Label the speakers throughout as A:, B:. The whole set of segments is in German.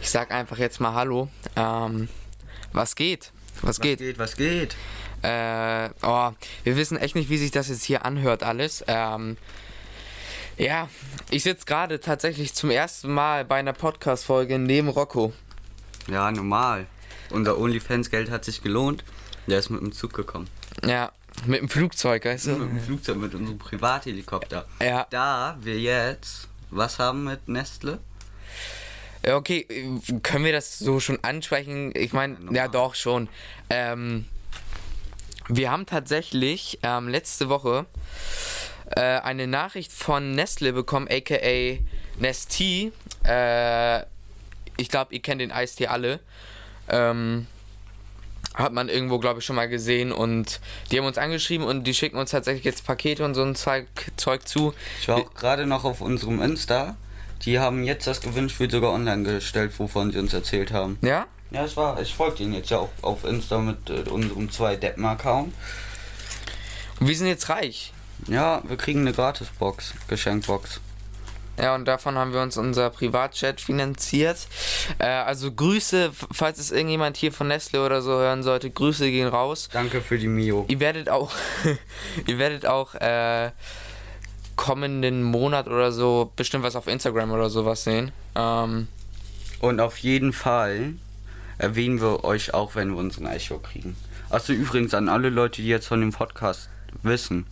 A: Ich sag einfach jetzt mal Hallo. Ähm, was geht? Was, geht?
B: Was geht?
A: Äh, oh, wir wissen echt nicht, wie sich das jetzt hier anhört alles. Ähm, ja, ich sitze gerade tatsächlich zum ersten Mal bei einer Podcast-Folge neben Rocco.
B: Ja, normal. Unser OnlyFans-Geld hat sich gelohnt. Der ist mit dem Zug gekommen.
A: Ja, mit dem Flugzeug, weißt
B: Mit
A: du?
B: dem Flugzeug, mit unserem Privathelikopter.
A: Ja.
B: Da wir jetzt was haben mit Nestle?
A: Ja, okay, äh, können wir das so schon ansprechen? Ich meine,
B: normal.
A: ja doch, schon. Ähm, wir haben tatsächlich ähm, letzte Woche äh, eine Nachricht von Nestle bekommen, aka Nesti. Äh, ich glaube, ihr kennt den Eistee alle. Ähm, hat man irgendwo, glaube ich, schon mal gesehen. Und die haben uns angeschrieben und die schicken uns tatsächlich jetzt Pakete und so ein Zeug, Zeug zu.
B: Ich war auch gerade noch auf unserem Insta. Die haben jetzt das Gewinnspiel sogar online gestellt, wovon sie uns erzählt haben.
A: Ja?
B: Ja, es war. Ich folge ihnen jetzt ja auch auf Insta mit äh, unserem 2 Deppen-Account.
A: Und wir sind jetzt reich.
B: Ja, wir kriegen eine Gratisbox, Geschenkbox.
A: Ja, und davon haben wir uns unser Privatchat finanziert. Äh, also Grüße, f- falls es irgendjemand hier von Nestle oder so hören sollte, Grüße gehen raus.
B: Danke für die Mio.
A: Ihr werdet auch, ihr werdet auch äh, kommenden Monat oder so bestimmt was auf Instagram oder sowas sehen. Ähm,
B: Und auf jeden Fall erwähnen wir euch auch, wenn wir unseren Eichhör kriegen. Achso, übrigens an alle Leute, die jetzt von dem Podcast wissen,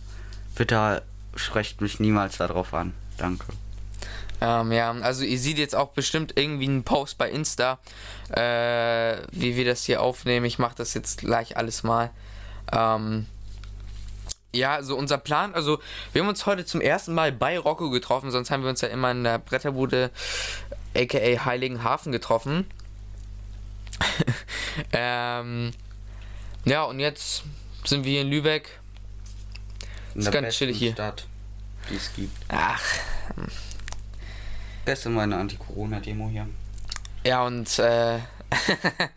B: bitte sprecht mich niemals darauf an. Danke.
A: ähm, ja, also ihr seht jetzt auch bestimmt irgendwie einen Post bei Insta, äh, wie wir das hier aufnehmen. Ich mache das jetzt gleich alles mal. Ähm, Ja, so unser Plan, also wir haben uns heute zum ersten Mal bei Rocco getroffen, sonst haben wir uns ja immer in der Bretterbude, aka Heiligenhafen, getroffen. ähm, ja, und jetzt sind wir hier in Lübeck.
B: In
A: Ist ganz chillig hier.
B: Stadt, die es gibt.
A: Ach,
B: Gestern war eine Anti-Corona-Demo hier.
A: ja, und äh,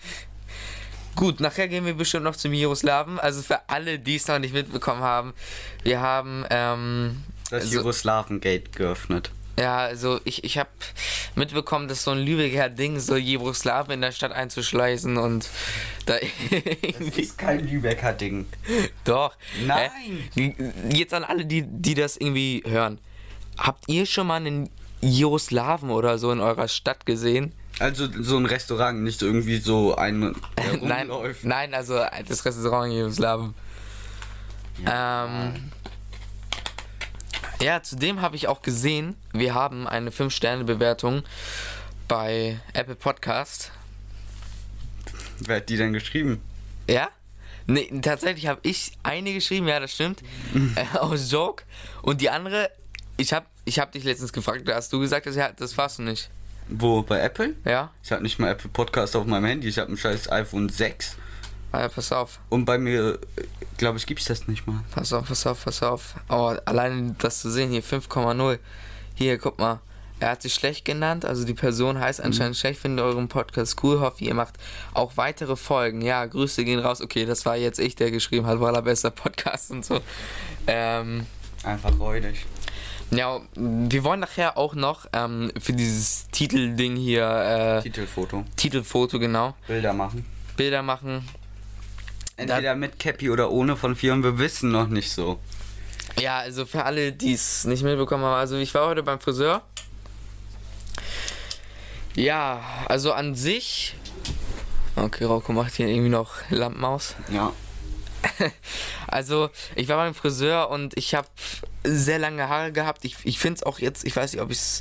A: gut, nachher gehen wir bestimmt noch zum Jugoslawen. Also für alle, die es noch nicht mitbekommen haben, wir haben. Ähm,
B: Das
A: so-
B: Jugoslawen-Gate geöffnet.
A: Ja, also ich, ich habe mitbekommen, dass so ein Lübecker Ding, so Jugoslawen in der Stadt einzuschleisen und da irgendwie.
B: ist kein Lübecker Ding.
A: Doch.
B: Nein.
A: Äh, jetzt an alle, die, die das irgendwie hören. Habt ihr schon mal einen Jugoslawen oder so in eurer Stadt gesehen?
B: Also so ein Restaurant, nicht irgendwie so ein der
A: Nein,
B: rumläuft.
A: nein, also das Restaurant in Jugoslawen. Ähm, ja, zudem habe ich auch gesehen, wir haben eine 5-Sterne-Bewertung bei Apple Podcast.
B: Wer hat die denn geschrieben?
A: Ja? Nee, tatsächlich habe ich eine geschrieben, ja, das stimmt. äh, aus Joke. Und die andere, ich habe ich hab dich letztens gefragt, da hast du gesagt, das, ja, das warst du nicht.
B: Wo, bei Apple?
A: Ja?
B: Ich habe nicht mal Apple Podcast auf meinem Handy, ich habe ein scheiß iPhone 6
A: Ah, pass auf,
B: und bei mir, glaube ich, gibt's das nicht mal.
A: pass auf, pass auf, pass auf. Oh, allein das zu sehen hier, 5,0. Hier, guck mal. Er hat sich schlecht genannt, also die Person heißt anscheinend schlecht, findet euren Podcast cool, hoffe ihr macht auch weitere Folgen. Ja, Grüße gehen raus. Okay, das war jetzt ich, der geschrieben hat, war der bester Podcast und so. Ähm,
B: Einfach räudig.
A: Ja, wir wollen nachher auch noch ähm, für dieses Titelding hier, äh,
B: Titelfoto.
A: Titelfoto genau,
B: Bilder machen.
A: Bilder machen.
B: Entweder mit Cappy oder ohne von Firmen, wir wissen noch nicht so.
A: Ja, also für alle, die es nicht mitbekommen haben, also ich war heute beim Friseur. Ja, also an sich. Okay, Rocco macht hier irgendwie noch Lampen aus.
B: Ja.
A: Also, ich war beim Friseur und ich habe sehr lange Haare gehabt. Ich, ich finde es auch jetzt, ich weiß nicht, ob ich es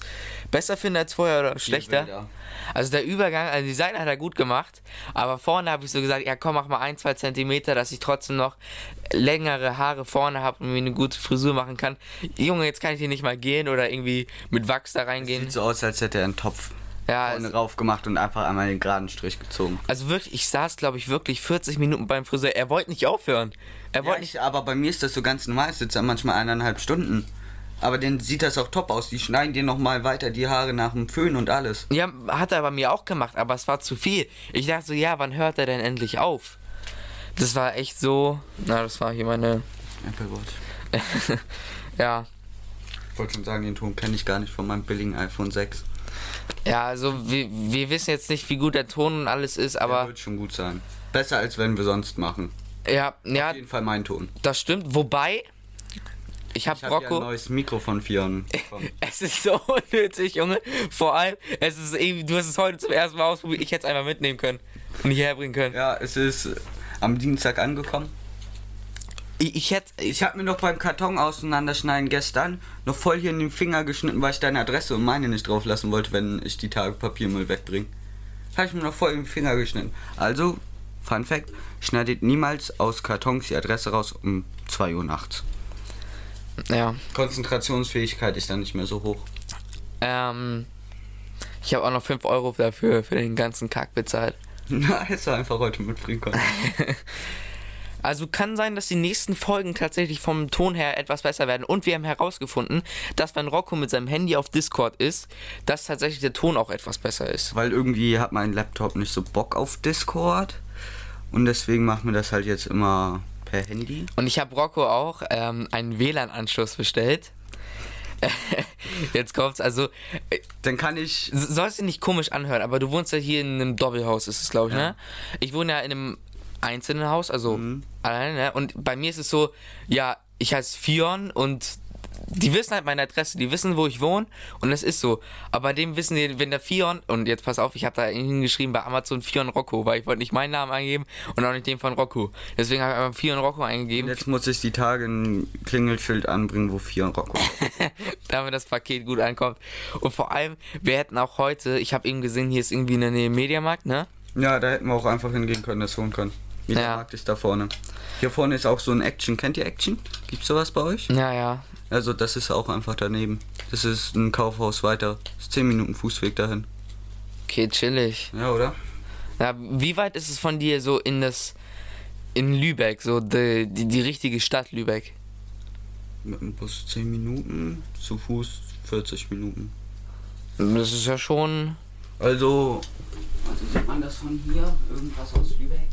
A: besser finde als vorher oder schlechter.
B: Bilder.
A: Also der Übergang, also die Seite hat er gut gemacht, aber vorne habe ich so gesagt, ja komm, mach mal ein, zwei Zentimeter, dass ich trotzdem noch längere Haare vorne habe und mir eine gute Frisur machen kann. Junge, jetzt kann ich hier nicht mal gehen oder irgendwie mit Wachs da reingehen.
B: Sieht so aus, als hätte er einen Topf
A: Ja,
B: vorne
A: es-
B: rauf gemacht und einfach einmal den geraden Strich gezogen.
A: Also wirklich, ich saß, glaube ich, wirklich 40 Minuten beim Friseur. Er wollte nicht aufhören. Er
B: Ja,
A: wollte nicht.
B: ich, aber bei mir ist das so ganz normal, es sitzt dann manchmal eineinhalb Stunden. Aber dann sieht das auch top aus. Die schneiden dir nochmal weiter die Haare nach dem Föhn und alles.
A: Ja, hat er bei mir auch gemacht, aber es war zu viel. Ich dachte so, ja, wann hört er denn endlich auf? Das war echt so. Na, das war hier meine
B: Apple Watch.
A: ja.
B: Ich wollte schon sagen, den Ton kenne ich gar nicht von meinem billigen iPhone 6.
A: Ja, also wir, wir wissen jetzt nicht, wie gut der Ton und alles ist,
B: Der
A: aber
B: wird schon gut sein. Besser als wenn wir sonst machen.
A: ja, ja,
B: Auf jeden Fall mein Ton.
A: das stimmt. Wobei, ich habe
B: Ich habe ja ein
A: Rocco.
B: neues Mikro von Fion bekommen.
A: Es ist so unnötig, Junge. Vor allem, es ist irgendwie, du hast es heute zum ersten Mal ausprobiert. Ich hätte es einfach mitnehmen können und hierher bringen können.
B: ja, es ist äh, am Dienstag angekommen.
A: Ich, ich hätte, ich,
B: Ich habe mir noch beim Karton auseinanderschneiden gestern noch voll hier in den Finger geschnitten, weil ich deine Adresse und meine nicht drauf lassen wollte, wenn ich die Tage Papiermüll wegbringe. Habe ich mir noch voll in den Finger geschnitten. Also, Fun Fact, schneidet niemals aus Kartons die Adresse raus um 2 Uhr nachts.
A: ja.
B: Konzentrationsfähigkeit ist dann nicht mehr so hoch.
A: Ähm, ich habe auch noch 5 Euro dafür, für den ganzen Kack bezahlt.
B: Na, hättest du einfach heute mitbringen können.
A: Also kann sein, dass die nächsten Folgen tatsächlich vom Ton her etwas besser werden. Und wir haben herausgefunden, dass wenn Rocco mit seinem Handy auf Discord ist, dass tatsächlich der Ton auch etwas besser ist.
B: Weil irgendwie hat mein Laptop nicht so Bock auf Discord. Und deswegen machen wir das halt jetzt immer per Handy.
A: Und ich habe Rocco auch ähm, einen WLAN-Anschluss bestellt. Jetzt kommt's, also äh,
B: Dann kann ich.
A: so- sollst du nicht komisch anhören, aber du wohnst ja hier in einem Doppelhaus, ist es glaube ich, ne? Ich wohne ja in einem einzelnen Haus, also alleine, ne? Und bei mir ist es so, ja, ich heiße Fion und die wissen halt meine Adresse, die wissen, wo ich wohne und das ist so. Aber bei dem wissen die, wenn der Fion, und jetzt pass auf, ich habe da hingeschrieben bei Amazon Fion Rocco, weil ich wollte nicht meinen Namen eingeben und auch nicht den von Rocco. Deswegen habe ich einfach Fion Rocco eingegeben.
B: Jetzt muss ich die Tage ein Klingelschild anbringen, wo vier Rocco.
A: damit das Paket gut ankommt. Und vor allem, wir hätten auch heute, ich habe eben gesehen, hier ist irgendwie in der Nähe Mediamarkt, ne?
B: Ja, da hätten wir auch einfach hingehen können, das holen können. Wie der
A: Ja.
B: Markt ist da vorne. Hier vorne ist auch so ein Action. Kennt ihr Action? Gibt's sowas bei euch?
A: Ja, ja.
B: Also das ist auch einfach daneben. Das ist ein Kaufhaus weiter. Ist 10 Minuten Fußweg dahin.
A: Okay, chillig.
B: Ja, oder?
A: Na, wie weit ist es von dir so in das, in Lübeck, so die, die, die richtige Stadt Lübeck?
B: Mit dem Bus 10 Minuten, zu Fuß 40 Minuten.
A: Das ist ja schon,
B: Also. Also sieht man das von hier? Irgendwas aus Lübeck?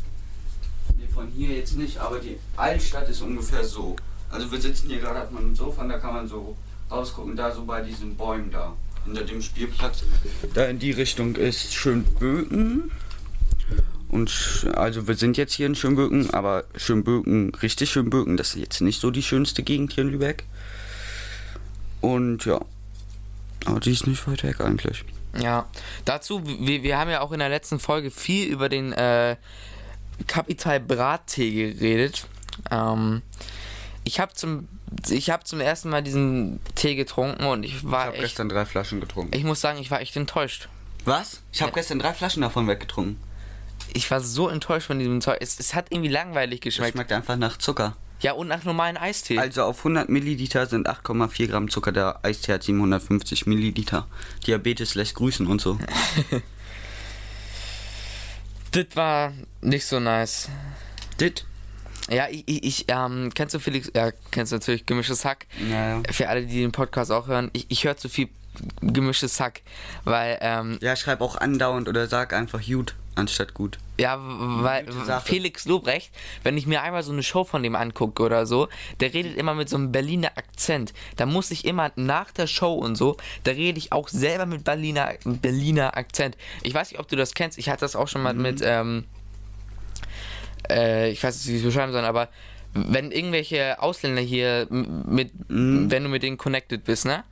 B: Ne, von hier jetzt nicht, aber die Altstadt ist ungefähr so. Also wir sitzen hier gerade auf meinem Sofa und da kann man so rausgucken, da so bei diesen Bäumen da. Hinter dem Spielplatz. Da in die Richtung ist Schönböken. Und sch- also wir sind jetzt hier in Schönböken, aber Schönböken, richtig Schönböken, das ist jetzt nicht so die schönste Gegend hier in Lübeck. Und ja. Aber die ist nicht weit weg eigentlich.
A: ja. Dazu, wir, wir haben ja auch in der letzten Folge viel über den äh, Kapital Brattee geredet. Ähm, ich habe zum, ich habe zum ersten Mal diesen Tee getrunken und ich
B: Ich
A: war
B: habe
A: echt
B: gestern drei Flaschen getrunken.
A: Ich muss sagen, ich war echt enttäuscht.
B: Was? Ich habe gestern drei Flaschen davon weggetrunken.
A: Ich war so enttäuscht von diesem Zeug. Es, es hat irgendwie langweilig
B: Das
A: geschmeckt.
B: schmeckt einfach nach Zucker.
A: Ja, und nach normalen Eistee.
B: Also auf 100 Milliliter sind 8,4 Gramm Zucker. Der Eistee hat 750 Milliliter. Diabetes lässt grüßen und so.
A: das war nicht so nice.
B: Dit?
A: Ja, ich, ich, ich ähm, kennst du Felix, ja, kennst du natürlich gemischtes Hack.
B: Naja.
A: Für alle, die den Podcast auch hören, ich, ich höre zu viel gemischtes Hack, weil, ähm,
B: Ja, schreib auch andauernd oder sag einfach gut anstatt gut.
A: ja, weil
B: Gute Sache.
A: Felix Lobrecht, wenn ich mir einmal so eine Show von dem angucke oder so, der redet immer mit so einem Berliner Akzent. Da muss ich immer nach der Show und so, da rede ich auch selber mit Berliner, Berliner Akzent. Ich weiß nicht, ob du das kennst. Ich hatte das auch schon
B: Mhm.
A: mal mit, ähm, äh, ich weiß nicht, wie ich es beschreiben soll, aber wenn irgendwelche Ausländer hier m- mit, wenn du mit denen connected bist, ne?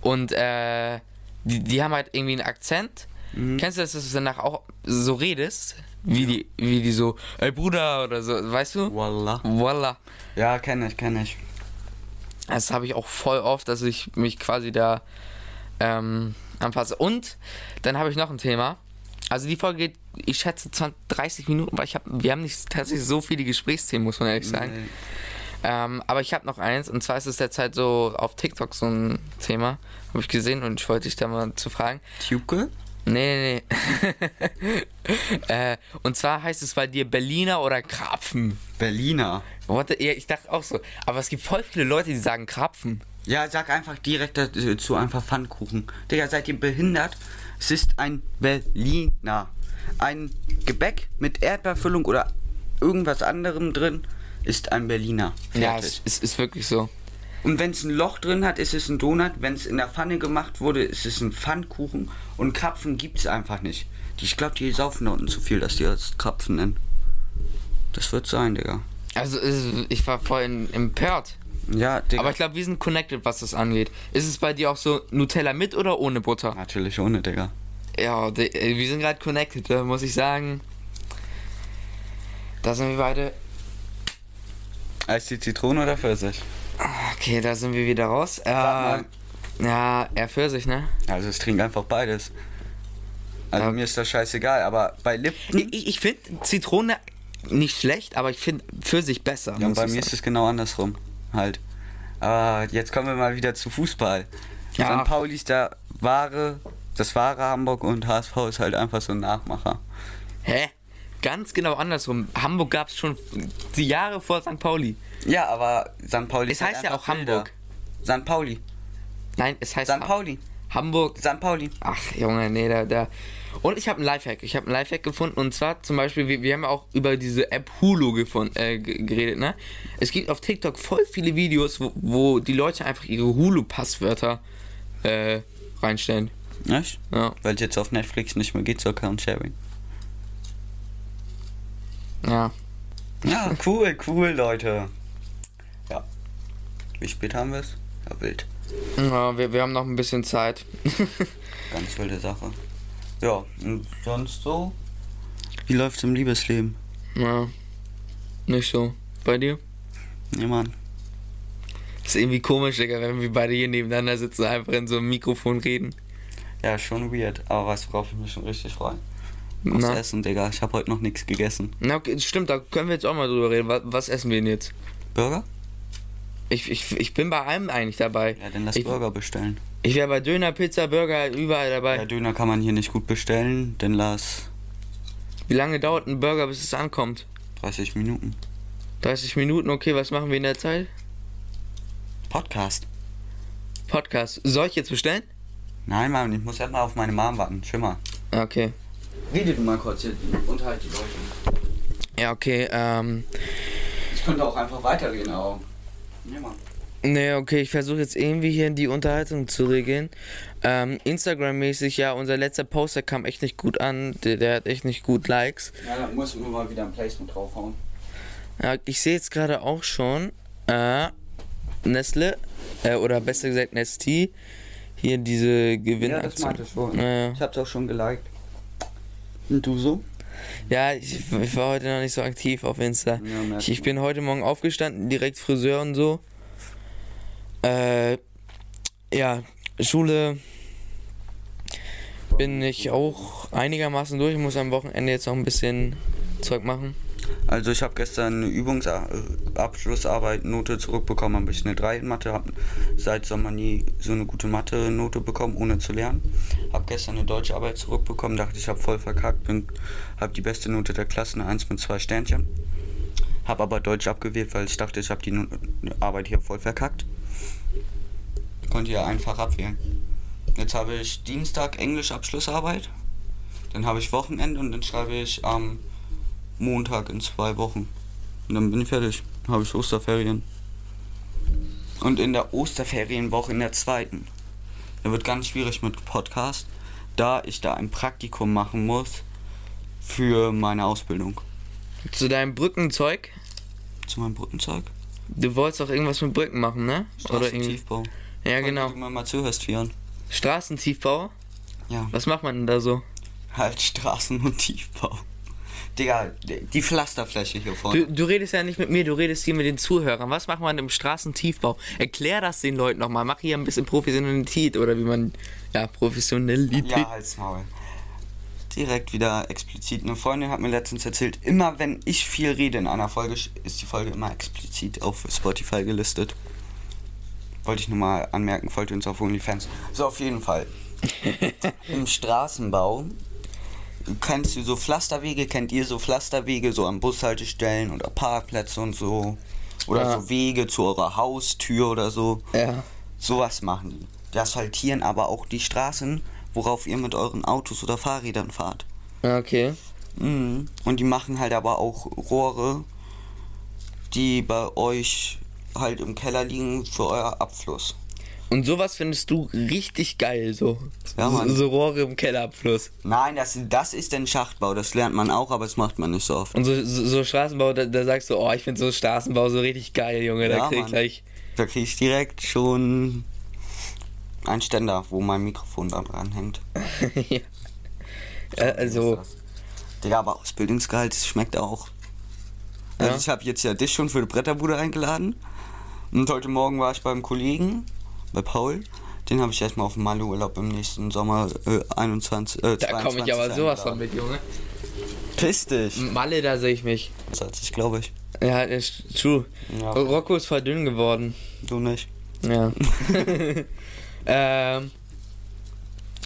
A: Und äh, die, die haben halt irgendwie einen Akzent. Kennst du das, dass du danach auch so redest? Wie die, wie die so, ey Bruder oder so, weißt du?
B: Voila.
A: Voila.
B: Ja, kenne ich, kenne ich.
A: Das habe ich auch voll oft, dass ich mich quasi da ähm, anpasse. Und dann habe ich noch ein Thema. Also die Folge geht, ich schätze, 20, 30 Minuten, weil ich hab, wir haben nicht tatsächlich so viele Gesprächsthemen, muss man ehrlich sagen.
B: Nee.
A: Ähm, aber ich habe noch eins, und zwar ist es derzeit so auf TikTok so ein Thema, habe ich gesehen und ich wollte dich da mal zu fragen.
B: Tuke?
A: Nee, nee, nee. äh, und zwar heißt es bei dir Berliner oder Krapfen.
B: Berliner.
A: What the, ja, ich dachte auch so. Aber es gibt voll viele Leute, die sagen Krapfen.
B: Ja, sag einfach direkt dazu einfach Pfannkuchen. Digga, seid ihr behindert? Es ist ein Berliner. Ein Gebäck mit Erdbeerfüllung oder irgendwas anderem drin ist ein Berliner.
A: Ja, es, es ist wirklich so.
B: Und wenn es ein Loch drin hat, ist es ein Donut. Wenn es in der Pfanne gemacht wurde, ist es ein Pfannkuchen. Und Krapfen gibt es einfach nicht. Die- Ich glaube, die saufen da unten zu viel, dass die das Krapfen nennen. Das wird sein, Digga.
A: Also es- ich war vorhin empört.
B: Ja, Digga.
A: Aber ich glaube, wir sind connected, was das angeht. Ist es bei dir auch so Nutella mit oder ohne Butter?
B: Natürlich ohne, Digga.
A: Ja, de- äh, wir sind gerade connected, da muss ich sagen. Da sind wir beide.
B: Eis die Zitrone oder Pfirsich?
A: Okay, da sind wir wieder raus. Äh,
B: mal.
A: ja, er für sich, ne?
B: Also ich trinke einfach beides. Also
A: Ja.
B: mir ist das scheißegal, aber bei Lipton...
A: Ich, ich finde Zitrone nicht schlecht, aber ich finde für sich besser.
B: Ja,
A: muss
B: bei
A: ich
B: mir
A: sagen.
B: ist es genau andersrum. Halt. Aber jetzt kommen wir mal wieder zu Fußball.
A: Ja.
B: St. Pauli ist der wahre, das wahre Hamburg und HSV ist halt einfach so ein Nachmacher.
A: Hä? Ganz genau andersrum. Hamburg gab es schon die Jahre vor St. Pauli.
B: Ja, aber St. Pauli
A: Es heißt ja
B: einfach
A: auch Hamburg.
B: wilder. St. Pauli.
A: Nein, es heißt
B: St.
A: Ha-
B: Pauli.
A: Hamburg
B: St. Pauli.
A: Ach, Junge, nee, da, da. Und ich habe einen Lifehack. Ich habe einen Lifehack gefunden. Und zwar zum Beispiel, wir, wir haben ja auch über diese App Hulu gefund, äh, ge- geredet, ne? Es gibt auf TikTok voll viele Videos, wo, wo die Leute einfach ihre Hulu-Passwörter äh, reinstellen.
B: Echt?
A: Ja.
B: Weil es jetzt auf Netflix nicht mehr geht, so Account Sharing.
A: Ja.
B: Ja, cool, cool, Leute. Ja. Wie spät haben wir es? Ja, wild.
A: ja wir, wir haben noch ein bisschen Zeit.
B: Ganz wilde Sache. Ja, und sonst so? Wie läuft's im Liebesleben?
A: ja. Nicht so. Bei dir?
B: Nee, Mann.
A: Ist irgendwie komisch, Digga, wenn wir beide hier nebeneinander sitzen, einfach in so einem Mikrofon reden.
B: Ja, schon weird, aber was worauf ich mich schon richtig freue? Aufs
A: Na,
B: Essen, Digga. Ich habe heute noch nichts gegessen.
A: na okay, stimmt, da können wir jetzt auch mal drüber reden. Was, was essen wir denn jetzt?
B: Burger?
A: Ich, ich, ich bin bei allem eigentlich dabei.
B: Ja, dann lass
A: ich,
B: Burger bestellen.
A: ich wäre bei Döner, Pizza, Burger überall dabei.
B: Ja, Döner kann man hier nicht gut bestellen, dann lass
A: Wie lange dauert ein Burger, bis es ankommt?
B: 30 Minuten.
A: 30 Minuten, okay, was machen wir in der Zeit?
B: Podcast.
A: Podcast. Soll ich jetzt bestellen?
B: Nein, Mann, ich muss erstmal auf meine Mom warten. Schimmer.
A: Okay.
B: Rede du mal kurz hier, unterhalte die Leute.
A: Ja, okay, ähm.
B: Ich könnte auch einfach weitergehen, aber. Nee, Mann.
A: Nee, okay, ich versuche jetzt irgendwie hier in die Unterhaltung zu regeln. Ähm, Instagram-mäßig, ja, unser letzter Post, der kam echt nicht gut an. Der, der hat echt nicht gut Likes.
B: Ja, da muss nur mal wieder ein Placement draufhauen.
A: Ja, ich sehe jetzt gerade auch schon, äh, Nestle, äh, oder besser gesagt Nestea, hier diese
B: Ja, das
A: Gewinnaktion.
B: meinte ich schon.
A: Ja.
B: Ich hab's auch schon geliked. Und du so?
A: Ja, ich, ich war heute noch nicht so aktiv auf Insta.
B: Ja, merkt
A: ich, ich bin heute Morgen aufgestanden, direkt Friseur und so. Äh, ja, Schule bin ich auch einigermaßen durch. Ich muss am Wochenende jetzt noch ein bisschen Zeug machen.
B: Also ich habe gestern eine Übungsabschlussarbeit Note zurückbekommen, habe ich eine 3 in Mathe, habe seit Sommer nie so eine gute Mathe Note bekommen, ohne zu lernen. Habe gestern eine deutsche Arbeit zurückbekommen, dachte ich habe voll verkackt, bin habe die beste Note der Klasse, eine 1 mit zwei Sternchen. Habe aber Deutsch abgewählt, weil ich dachte, ich habe die No- Arbeit hier voll verkackt. Konnte ja einfach abwählen. Jetzt habe ich Dienstag Englisch Abschlussarbeit, dann habe ich Wochenende und dann schreibe ich am Montag in zwei Wochen. Und dann bin ich fertig. Dann habe ich Osterferien. Und in der Osterferienwoche, in der zweiten, da wird ganz schwierig mit Podcast, da ich da ein Praktikum machen muss für meine Ausbildung.
A: Zu deinem Brückenzeug.
B: Zu meinem Brückenzeug.
A: Du wolltest doch irgendwas mit Brücken machen, ne? Oder irgendwie.
B: Straßentiefbau.
A: Ja,
B: Wenn
A: genau.
B: du mir mal zuhörst, Fian.
A: Straßentiefbau.
B: Ja.
A: Was macht man denn da so?
B: Halt Straßen- und Tiefbau. Digga, die Pflasterfläche hier vorne.
A: Du, du redest ja nicht mit mir, du redest hier mit den Zuhörern. Was macht man im Straßentiefbau? Erklär das den Leuten nochmal. Mach hier ein bisschen Professionalität oder wie man. Ja, Professionalität.
B: Ja, halt's Maul. Direkt wieder explizit. Eine Freundin hat mir letztens erzählt, immer wenn ich viel rede in einer Folge, sch- ist die Folge immer explizit auf Spotify gelistet. Wollte ich nur mal anmerken, folgt uns auf OnlyFans. So, auf jeden Fall. Im Straßenbau kennst du so Pflasterwege, kennt ihr so Pflasterwege, so an Bushaltestellen oder Parkplätze und so. Oder
A: Ja.
B: so Wege zu eurer Haustür oder so.
A: Ja.
B: Sowas machen die. Die asphaltieren aber auch die Straßen, worauf ihr mit euren Autos oder Fahrrädern fahrt.
A: Okay.
B: Mhm. Und die machen halt aber auch Rohre, die bei euch halt im Keller liegen für euer Abfluss.
A: Und sowas findest du richtig geil, so.
B: Ja,
A: so,
B: Mann.
A: so Rohre im Kellerabfluss.
B: Nein, das, das ist denn Schachtbau, das lernt man auch, aber das macht man nicht so oft.
A: Und so, so, so Straßenbau, da, da sagst du, oh, ich finde so Straßenbau so richtig geil, Junge. Da
B: Ja,
A: krieg ich
B: Mann.
A: gleich.
B: Da kriege ich direkt schon einen Ständer, wo mein Mikrofon da dran hängt.
A: ja. äh, also,
B: Digga, aber Ausbildungsgehalt, das schmeckt auch.
A: Ja.
B: Also ich habe jetzt ja dich schon für die Bretterbude eingeladen. Und heute Morgen war ich beim Kollegen, bei Paul. Den habe ich erstmal auf dem Malle-Urlaub im nächsten Sommer äh, 21, äh,
A: da komme ich aber
B: 22
A: sowas von
B: eingeladen.
A: mit, Junge.
B: Piss dich.
A: Malle, da sehe ich mich.
B: Das hat sich, glaube ich.
A: Ja, ist true.
B: Ja.
A: Rocco ist voll dünn geworden.
B: Du nicht.
A: Ja. ähm,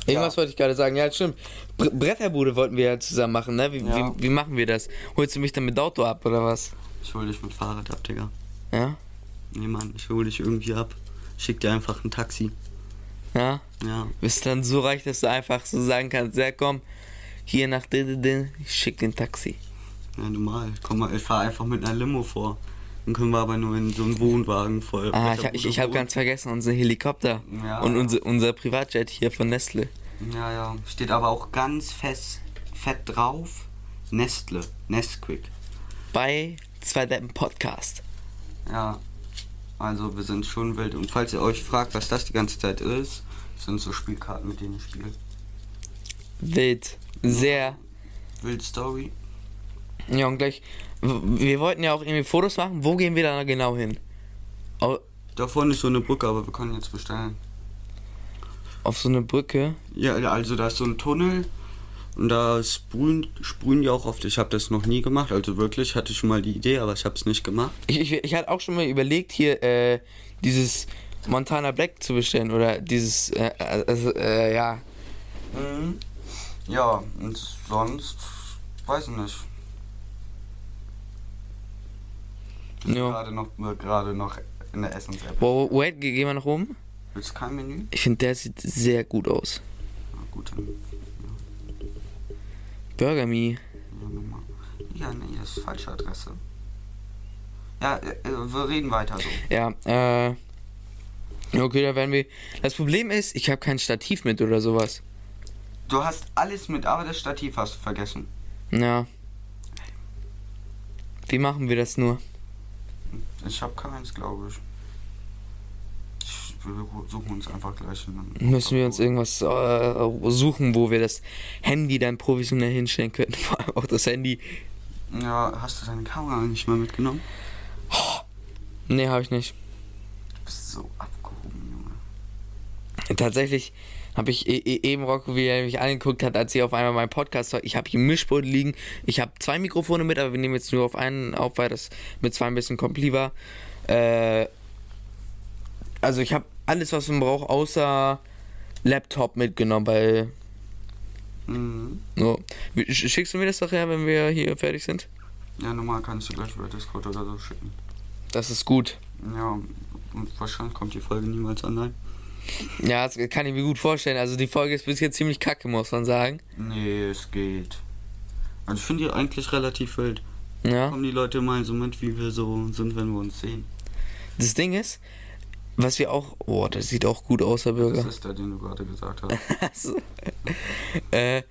A: irgendwas
B: Ja.
A: wollte ich gerade sagen. Ja, stimmt. Bre Bretterbude wollten wir ja zusammen machen, ne? Wie,
B: Ja.
A: wie, wie machen wir das? Holst du mich dann mit Auto ab oder was?
B: Ich hole dich mit Fahrrad ab, Digga.
A: Ja?
B: Nee, Mann, ich hole dich irgendwie ab. Schick dir einfach ein Taxi.
A: Ja?
B: Ja.
A: Bist dann so reich, dass du einfach so sagen kannst, ja komm, hier nach Dindindin, ich schick den Taxi.
B: Ja, normal. Komm mal, ich fahr einfach mit einer Limo vor. Dann können wir aber nur in so einen Wohnwagen voll.
A: Ah, ich, hab- ich, ich habe ganz vergessen, unseren Helikopter
B: Ja.
A: und unser, unser Privatjet hier von Nestle.
B: Ja, ja. Steht aber auch ganz fest, fett drauf. Nestle. Nestquick.
A: Bei zwei Deppen Podcast.
B: Ja. Also, wir sind schon wild. Und falls ihr euch fragt, was das die ganze Zeit ist, das sind so Spielkarten, mit denen ich spiele.
A: Wild. Sehr.
B: Wild Story.
A: Ja, und gleich. w- Wir wollten ja auch irgendwie Fotos machen. Wo gehen wir da genau hin? Au-
B: Da vorne ist so eine Brücke, aber wir können jetzt bestellen.
A: Auf so eine Brücke.
B: Ja, also da ist so ein Tunnel und da sprühen, sprühen die auch oft. Ich habe das noch nie gemacht. Also wirklich hatte ich schon mal die Idee, aber ich habe es nicht gemacht.
A: Ich, ich, ich hatte auch schon mal überlegt, hier äh, dieses Montana Black zu bestellen. Oder dieses. Äh, äh, äh, ja.
B: Mhm. Ja, und sonst weiß ich nicht.
A: ja.
B: Gerade noch, gerade noch in der Essens-App.
A: Wow, wait, ge- gehen wir nach oben?
B: Willst du kein Menü?
A: Ich finde, der sieht sehr gut aus.
B: Na gut, dann.
A: Burger Me.
B: Ja, nochmal. Ja, nee, das ist falsche Adresse. Ja, äh, äh, wir reden weiter so.
A: Ja, äh. Okay, da werden wir. Das Problem ist, ich habe kein Stativ mit oder sowas.
B: Du hast alles mit, aber das Stativ hast du vergessen.
A: Ja. Wie machen wir das nur?
B: Ich habe keins, glaube ich. Ich- Wir suchen uns einfach gleich. in einem-
A: Müssen wir uns irgendwas äh, suchen, wo wir das Handy dann provisionell hinstellen können. Vor allem auch das Handy.
B: Ja, hast du deine Kamera nicht mal mitgenommen?
A: Nee, habe ich nicht.
B: Du bist so abgehoben, Junge.
A: Tatsächlich habe ich e e eben Rocco, wie er mich angeguckt hat, als ich auf einmal meinen Podcast war. Ich habe hier ein Mischpult liegen. Ich habe zwei Mikrofone mit, aber wir nehmen jetzt nur auf einen auf, weil das mit zwei ein bisschen kompli war. Äh, also ich habe alles, was man braucht, außer Laptop mitgenommen, weil...
B: Mhm.
A: So. Wie- sch- Schickst du mir das nachher, wenn wir hier fertig sind?
B: Ja, normal kann ich dir gleich über Discord oder so schicken.
A: Das ist gut.
B: Ja, und wahrscheinlich kommt die Folge niemals online.
A: Ja, das kann ich mir gut vorstellen. Also die Folge ist bis jetzt ziemlich kacke, muss man sagen.
B: Nee, es geht. Also ich finde die eigentlich relativ wild.
A: Ja.
B: Kommen die Leute mal so mit, wie wir so sind, wenn wir uns sehen.
A: Das Ding ist, was wir auch. Oh, das sieht auch gut aus, Herr
B: Das
A: Burger.
B: ist der, den du gerade gesagt hast.
A: äh,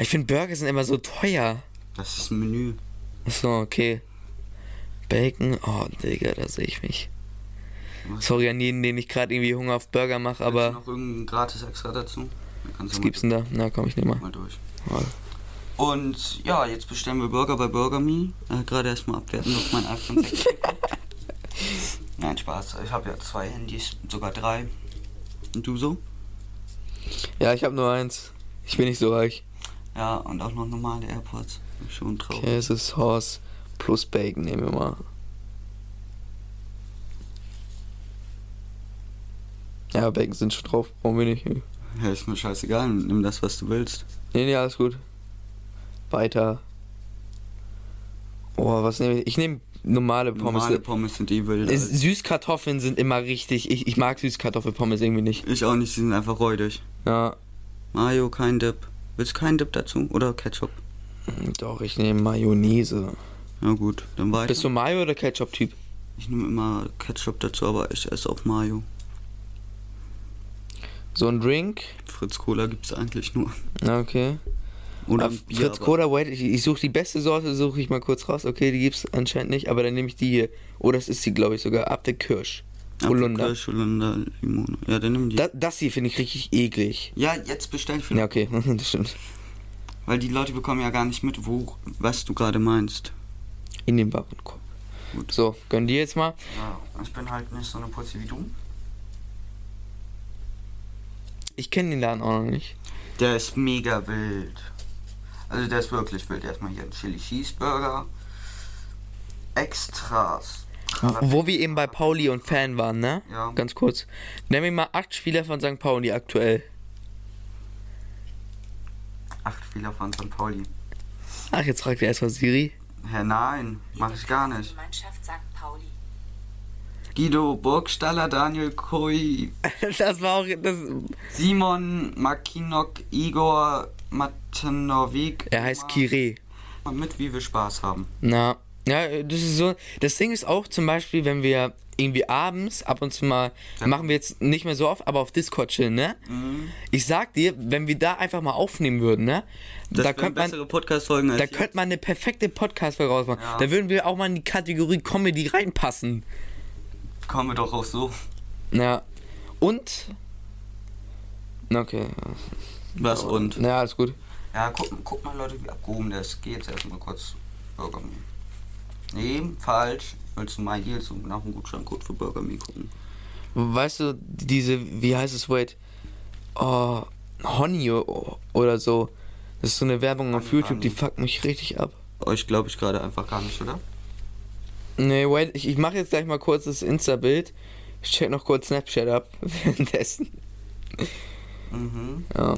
A: ich finde Burger sind immer so teuer.
B: Das ist ein Menü.
A: Achso, okay. Bacon. Oh, Digga, da sehe ich mich.
B: Was?
A: Sorry an jeden, den ich gerade irgendwie Hunger auf Burger mache,
B: Willst du
A: aber.
B: noch irgendein gratis extra dazu? Dann kannst
A: Was
B: du mal-
A: gibt's denn da? Na komm, ich nehme mal.
B: mal durch.
A: Mal.
B: Und ja, jetzt bestellen wir Burger bei Burger Me. Äh, gerade erstmal abwerten auf mein iPhone 6. Nein, Spaß. Ich habe ja zwei Handys, sogar drei. Und du so?
A: Ja, ich habe nur eins. Ich bin nicht so reich.
B: Ja, und auch noch normale AirPods. Schon traurig.
A: Käse, Sauce plus Bacon nehmen wir mal. Ja, Bacon sind schon drauf, brauchen wir nicht. Nee,
B: Ja, ist mir scheißegal. Nimm das, was du willst.
A: nee, alles gut. Weiter. Oh, was nehme ich? Ich nehme normale Pommes.
B: Normale Pommes sind eh wild.
A: Ist- Süßkartoffeln sind immer richtig. Ich, ich mag Süßkartoffelpommes irgendwie nicht.
B: Ich auch nicht, sie sind einfach räudig.
A: Ja,
B: Mayo, kein Dip. Willst du keinen Dip dazu? Oder Ketchup?
A: doch, ich nehme Mayonnaise.
B: Na gut, dann weiter.
A: Bist du Mayo- oder Ketchup-Typ?
B: Ich nehme immer Ketchup dazu, aber ich esse auch Mayo.
A: So ein Drink.
B: Fritz Cola gibt's eigentlich nur.
A: Na, Okay.
B: Oder
A: Ah,
B: ein Bier,
A: Fritz
B: aber-
A: Cola White, ich, ich suche die beste Sorte, suche ich mal kurz raus. Okay, die gibt's anscheinend nicht, aber dann nehme ich die hier. Oh, das ist die, glaube ich, sogar. Ab der Kirsch. Holunder.
B: Apfelkirsch, Holunder, Limone. Ja, dann nimm die.
A: Da, das hier finde ich richtig eklig.
B: ja, jetzt bestell ich wieder.
A: Ja, okay, das stimmt.
B: Weil die Leute bekommen ja gar nicht mit, wo, was du gerade meinst.
A: In den Warenkorb.
B: Gut.
A: So, gönn dir jetzt mal.
B: Ja, ich bin halt nicht so eine Putze wie du.
A: Ich kenne den Laden auch noch nicht.
B: Der ist mega wild. Also der ist wirklich wild. Erstmal hier ein Chili Cheeseburger. Extras.
A: Wo wir eben bei Pauli und Fan waren, ne?
B: Ja.
A: Ganz kurz. Nenn mir mal acht Spieler von St. Pauli aktuell.
B: Acht Spieler von St. Pauli.
A: Ach, jetzt fragt er erstmal Siri.
B: Hä, nein, mach ich gar nicht.
C: Die Mannschaft St. Pauli.
B: Guido Burgstaller, Daniel Koi,
A: Das war auch. Das,
B: Simon Makinok, Igor Matanovic.
A: er heißt Kire.
B: Mal Mit wie wir Spaß haben.
A: Na, ja, das ist so. Das Ding ist auch zum Beispiel, wenn wir irgendwie abends ab und zu mal, machen wir jetzt nicht mehr so oft, aber auf Discord chillen, ne?
B: Mhm.
A: Ich sag dir, wenn wir da einfach mal aufnehmen würden, ne? da könnte man,
B: Podcast-Folgen als
A: da könnte man eine perfekte Podcast-Folge rausmachen.
B: Ja.
A: Da würden wir auch mal in die Kategorie Comedy reinpassen.
B: Kommen wir doch auch so.
A: Ja. Und. Na, okay.
B: Was und?
A: Na, ja, alles gut.
B: Ja, guck, guck mal, Leute, wie abgehoben das geht. Jetzt erstmal kurz Burger Me. Nee, falsch. Willst du mal hier so nach dem Gutscheincode für Burger Me gucken?
A: Weißt du, diese, wie heißt es, wait, oh, Honey o- oder so. Das ist so eine Werbung auf
B: Honey,
A: YouTube, die
B: Honey.
A: fuckt mich richtig ab.
B: Euch glaube ich gerade einfach gar nicht, oder?
A: Nee, wait, ich, ich mache jetzt gleich mal kurz das Insta-Bild. Ich check noch kurz Snapchat ab währenddessen.
B: Mhm.
A: Ja.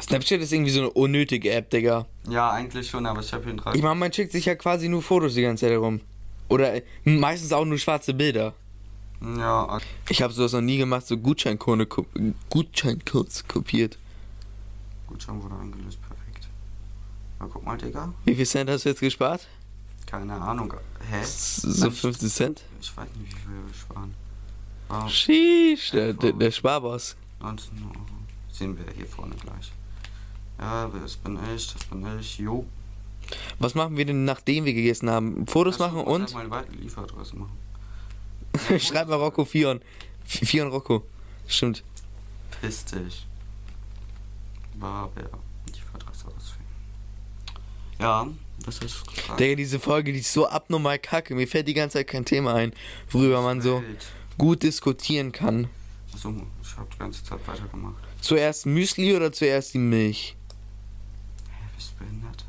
A: Snapchat ist irgendwie so eine unnötige App, Digga.
B: Ja, eigentlich schon, aber ich habe hier
A: Ich
B: einen
A: meine, man schickt sich ja quasi nur Fotos die ganze Zeit herum. Oder äh, meistens auch nur schwarze Bilder.
B: Ja, okay.
A: Ich habe sowas noch nie gemacht, so Gutscheincode, ko- Gutscheincodes kopiert.
B: Gutschein wurde eingelöst, perfekt. Na, guck mal, Digga.
A: Wie viel Cent hast du jetzt gespart?
B: Keine Ahnung. Hä?
A: So 50 Cent?
B: Ich weiß nicht, wie viel wir sparen. Wow,
A: Sheesh,
B: Oh.
A: der, der, der Sparboss.
B: 19 Euro. Sehen wir hier vorne gleich. Ja, das bin ich, das bin ich. Jo.
A: Was machen wir denn, nachdem wir gegessen haben? Fotos
B: Lass
A: machen
B: uns gleich
A: und
B: Mal eine Lieferadresse machen.
A: schreib mal Rocco Fion. F- Fion Rocco. Stimmt.
B: Piss dich. Barber. Lieferadresse auswählen. Ja, was hast du gefragt?
A: Digga, diese Folge, die ist so abnormal kacke. Mir fällt die ganze Zeit kein Thema ein, worüber man so
B: Wild.
A: gut diskutieren kann.
B: So, ich hab die ganze Zeit weitergemacht.
A: Zuerst Müsli oder zuerst die Milch?
B: Hä, bist du behindert?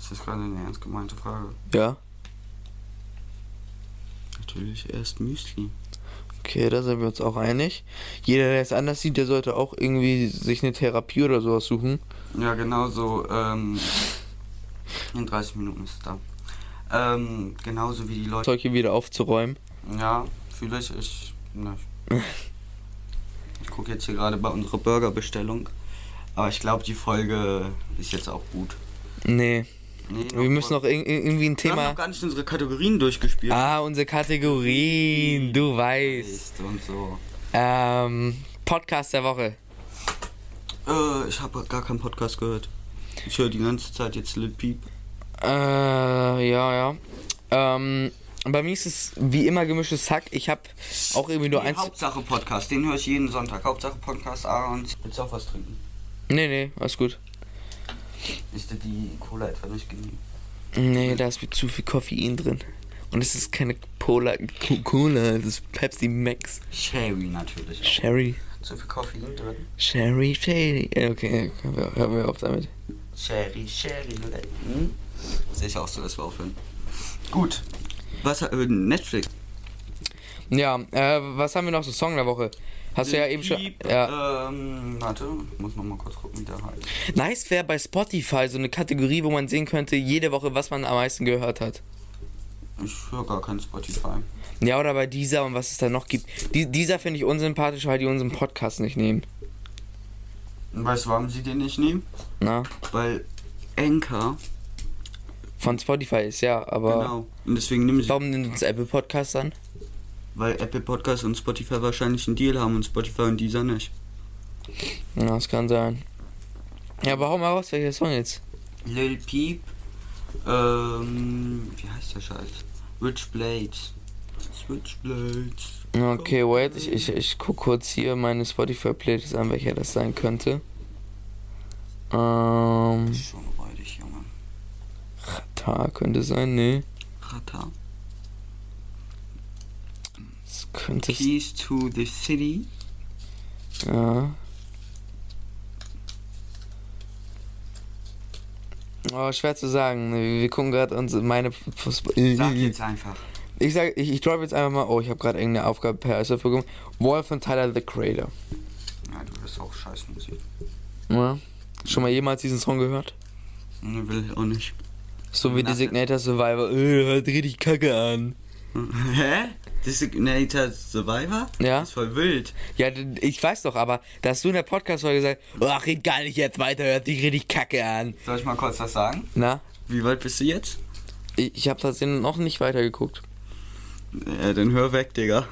B: Ist das gerade eine ernst gemeinte Frage?
A: Ja.
B: Natürlich erst Müsli.
A: Okay, da sind wir uns auch einig. Jeder, der es anders sieht, der sollte auch irgendwie sich eine Therapie oder sowas suchen.
B: Ja, genau so. Ähm, in 30 Minuten ist es da. Ähm, genauso wie die Leute.
A: Zeug hier wieder aufzuräumen.
B: Ja, vielleicht ich. Ne. Ich gucke jetzt hier gerade bei unserer Burgerbestellung. Aber ich glaube, die Folge ist jetzt auch gut.
A: Nee.
B: Nee,
A: Wir müssen noch irg- irg- irgendwie ein
B: Wir haben
A: Thema.
B: noch gar nicht unsere Kategorien durchgespielt.
A: Ah, unsere Kategorien, du weißt.
B: Ist Und so.
A: Ähm, Podcast der Woche.
B: Äh, ich habe gar keinen Podcast gehört. Ich höre die ganze Zeit jetzt Lil Peep.
A: Äh, ja, ja. Ähm, bei mir ist es wie immer gemischtes Hack. Ich habe auch irgendwie nur
B: Nee,
A: eins.
B: Hauptsache Podcast, den höre ich jeden Sonntag. Hauptsache Podcast, Aaron. Willst du auch was trinken?
A: Nee, nee, alles gut.
B: Ist dir die Cola etwa nicht genug?
A: Nee, da ist mir zu viel Koffein drin. Und es ist keine Cola, Co- Cola, das ist Pepsi Max.
B: Sherry natürlich auch.
A: Sherry.
B: Zu viel Koffein drin.
A: Sherry, Sherry. Äh, Okay, hören wir- hören wir auf damit.
B: Sherry, Sherry. Hm? Sehe ich auch so, dass wir aufhören. Gut. Was, äh, Netflix.
A: Ja, äh, was haben wir noch so Song der Woche? Hast du ja eben schon.
B: Piep,
A: Ja.
B: Ähm, warte, ich muss noch mal kurz gucken, wie der heißt.
A: Nice wäre bei Spotify so eine Kategorie, wo man sehen könnte, jede Woche, was man am meisten gehört hat.
B: Ich höre gar kein Spotify.
A: Ja, oder bei dieser und was es da noch gibt. Die, dieser finde ich unsympathisch, weil die unseren Podcast nicht nehmen.
B: Und weißt du, warum sie den nicht nehmen?
A: Na?
B: Weil Anchor
A: Von Spotify ist, ja, aber
B: Genau. Und deswegen nehmen sie,
A: warum nimmt uns Apple Podcasts an?
B: weil Apple Podcasts und Spotify wahrscheinlich einen Deal haben und Spotify und dieser nicht.
A: Ja, das kann sein. Ja, aber hau mal raus, welcher Song jetzt?
B: Lil Peep, ähm, wie heißt der Scheiß? Switchblades. Switchblades.
A: Okay, wait, ich, ich, ich guck kurz hier meine Spotify-Playlist an, welcher das sein könnte. Ähm,
B: Ist Schon räudig, Junge.
A: Tar könnte sein, nee.
B: Rata.
A: Es könnte.
B: Keys to the City.
A: Ja. Oh, schwer zu sagen. Wir, wir gucken gerade uns meine.
B: Sag jetzt einfach.
A: Ich sag, ich, ich drop jetzt einfach mal. Oh, ich habe gerade irgendeine Aufgabe per SF bekommen. Wall von Tyler the Creator.
B: Ja, du bist auch scheiß Musik.
A: Ja. Schon mal jemals diesen Song gehört?
B: Nee, will ich auch nicht.
A: So wie
B: Nein.
A: Designator Survivor. Äh, hört richtig kacke an.
B: Hä? Designated Survivor?
A: Ja?
B: Das ist voll wild.
A: Ja, d- ich weiß doch, aber da hast du in der Podcast-Folge gesagt, ach, red gar nicht jetzt weiter, hört sich richtig kacke an.
B: Soll ich mal kurz was sagen?
A: Na,
B: Wie weit bist du jetzt?
A: ich, ich habe tatsächlich noch nicht weitergeguckt.
B: Äh, dann hör weg, Digga.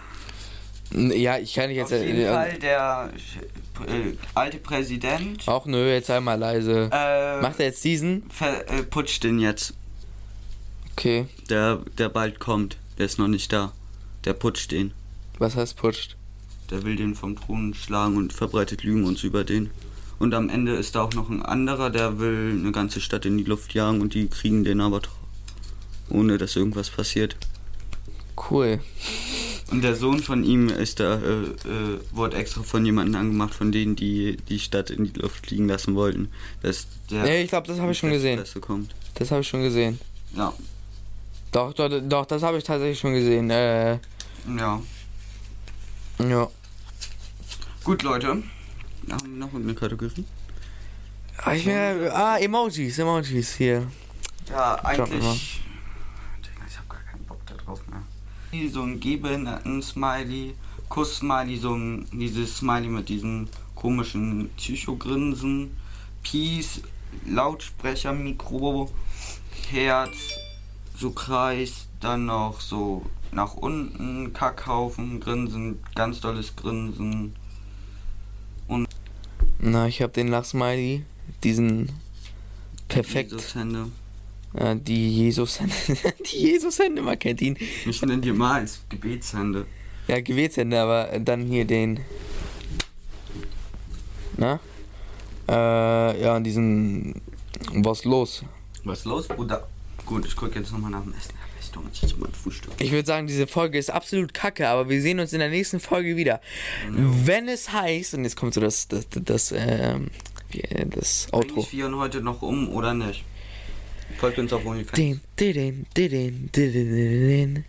A: N- Ja, ich kann nicht jetzt.
B: Auf jeden
A: äh,
B: Fall der äh, alte Präsident
A: Auch nö, jetzt einmal leise.
B: äh,
A: Macht er jetzt diesen?
B: ver, äh, putscht den jetzt.
A: Okay,
B: Der, der bald kommt. Der ist noch nicht da. Der putscht den.
A: was heißt putscht?
B: Der will den vom Thron schlagen und verbreitet Lügen uns über den. Und am Ende ist da auch noch ein anderer, der will eine ganze Stadt in die Luft jagen und die kriegen den aber tr- ohne dass irgendwas passiert.
A: Cool.
B: Und der Sohn von ihm ist da, äh, äh, wurde extra von jemandem angemacht, von denen, die die Stadt in die Luft fliegen lassen wollten. Dass der
A: Nee, ich glaube, das habe ich schon gesehen.
B: Presse kommt.
A: Das habe ich schon gesehen.
B: Ja,
A: Doch, doch, doch das habe ich tatsächlich schon gesehen. Äh,
B: ja.
A: ja.
B: Gut, Leute. Haben wir noch eine Kategorie?
A: Ah, Ich mir, ah, Emojis, Emojis hier.
B: Ja,
A: Schauen wir mal.
B: eigentlich. Digga, ich hab gar keinen Bock da drauf mehr. So ein gebehinderten Smiley, Kuss-Smiley, so ein, dieses Smiley mit diesem komischen Psychogrinsen, Peace, Lautsprechermikro, Herz, so Kreis, dann noch so nach unten, Kackhaufen, Grinsen, ganz dolles Grinsen.
A: Na, ich habe den Lachsmiley, diesen perfekt,
B: Hände.
A: äh, die Jesus, die Jesus-Hände, man kennt ihn.
B: Ich nenne die mal als Gebetshände.
A: Ja, Gebetshände, aber äh, dann hier den, na, äh, ja, und diesen, was los?
B: Was ist los, Bruder? Gut, ich gucke jetzt nochmal nach dem Essen. Ich bin dumm, ich zu meinem Frühstück.
A: Ich würde sagen, diese Folge ist absolut kacke, aber wir sehen uns in der nächsten Folge wieder. Wenn es heißt, und jetzt kommt so das, das, das, das, ähm, wie, äh, das Outro.
B: Eigentlich wir ihn heute noch um oder nicht? Folgt uns auf OnlyFans.
A: Din, didin, didin, didin, didin.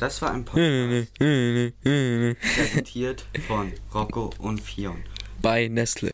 B: Das war ein Podcast
A: Bei
B: präsentiert von Rocco und Fion.
A: Nestle.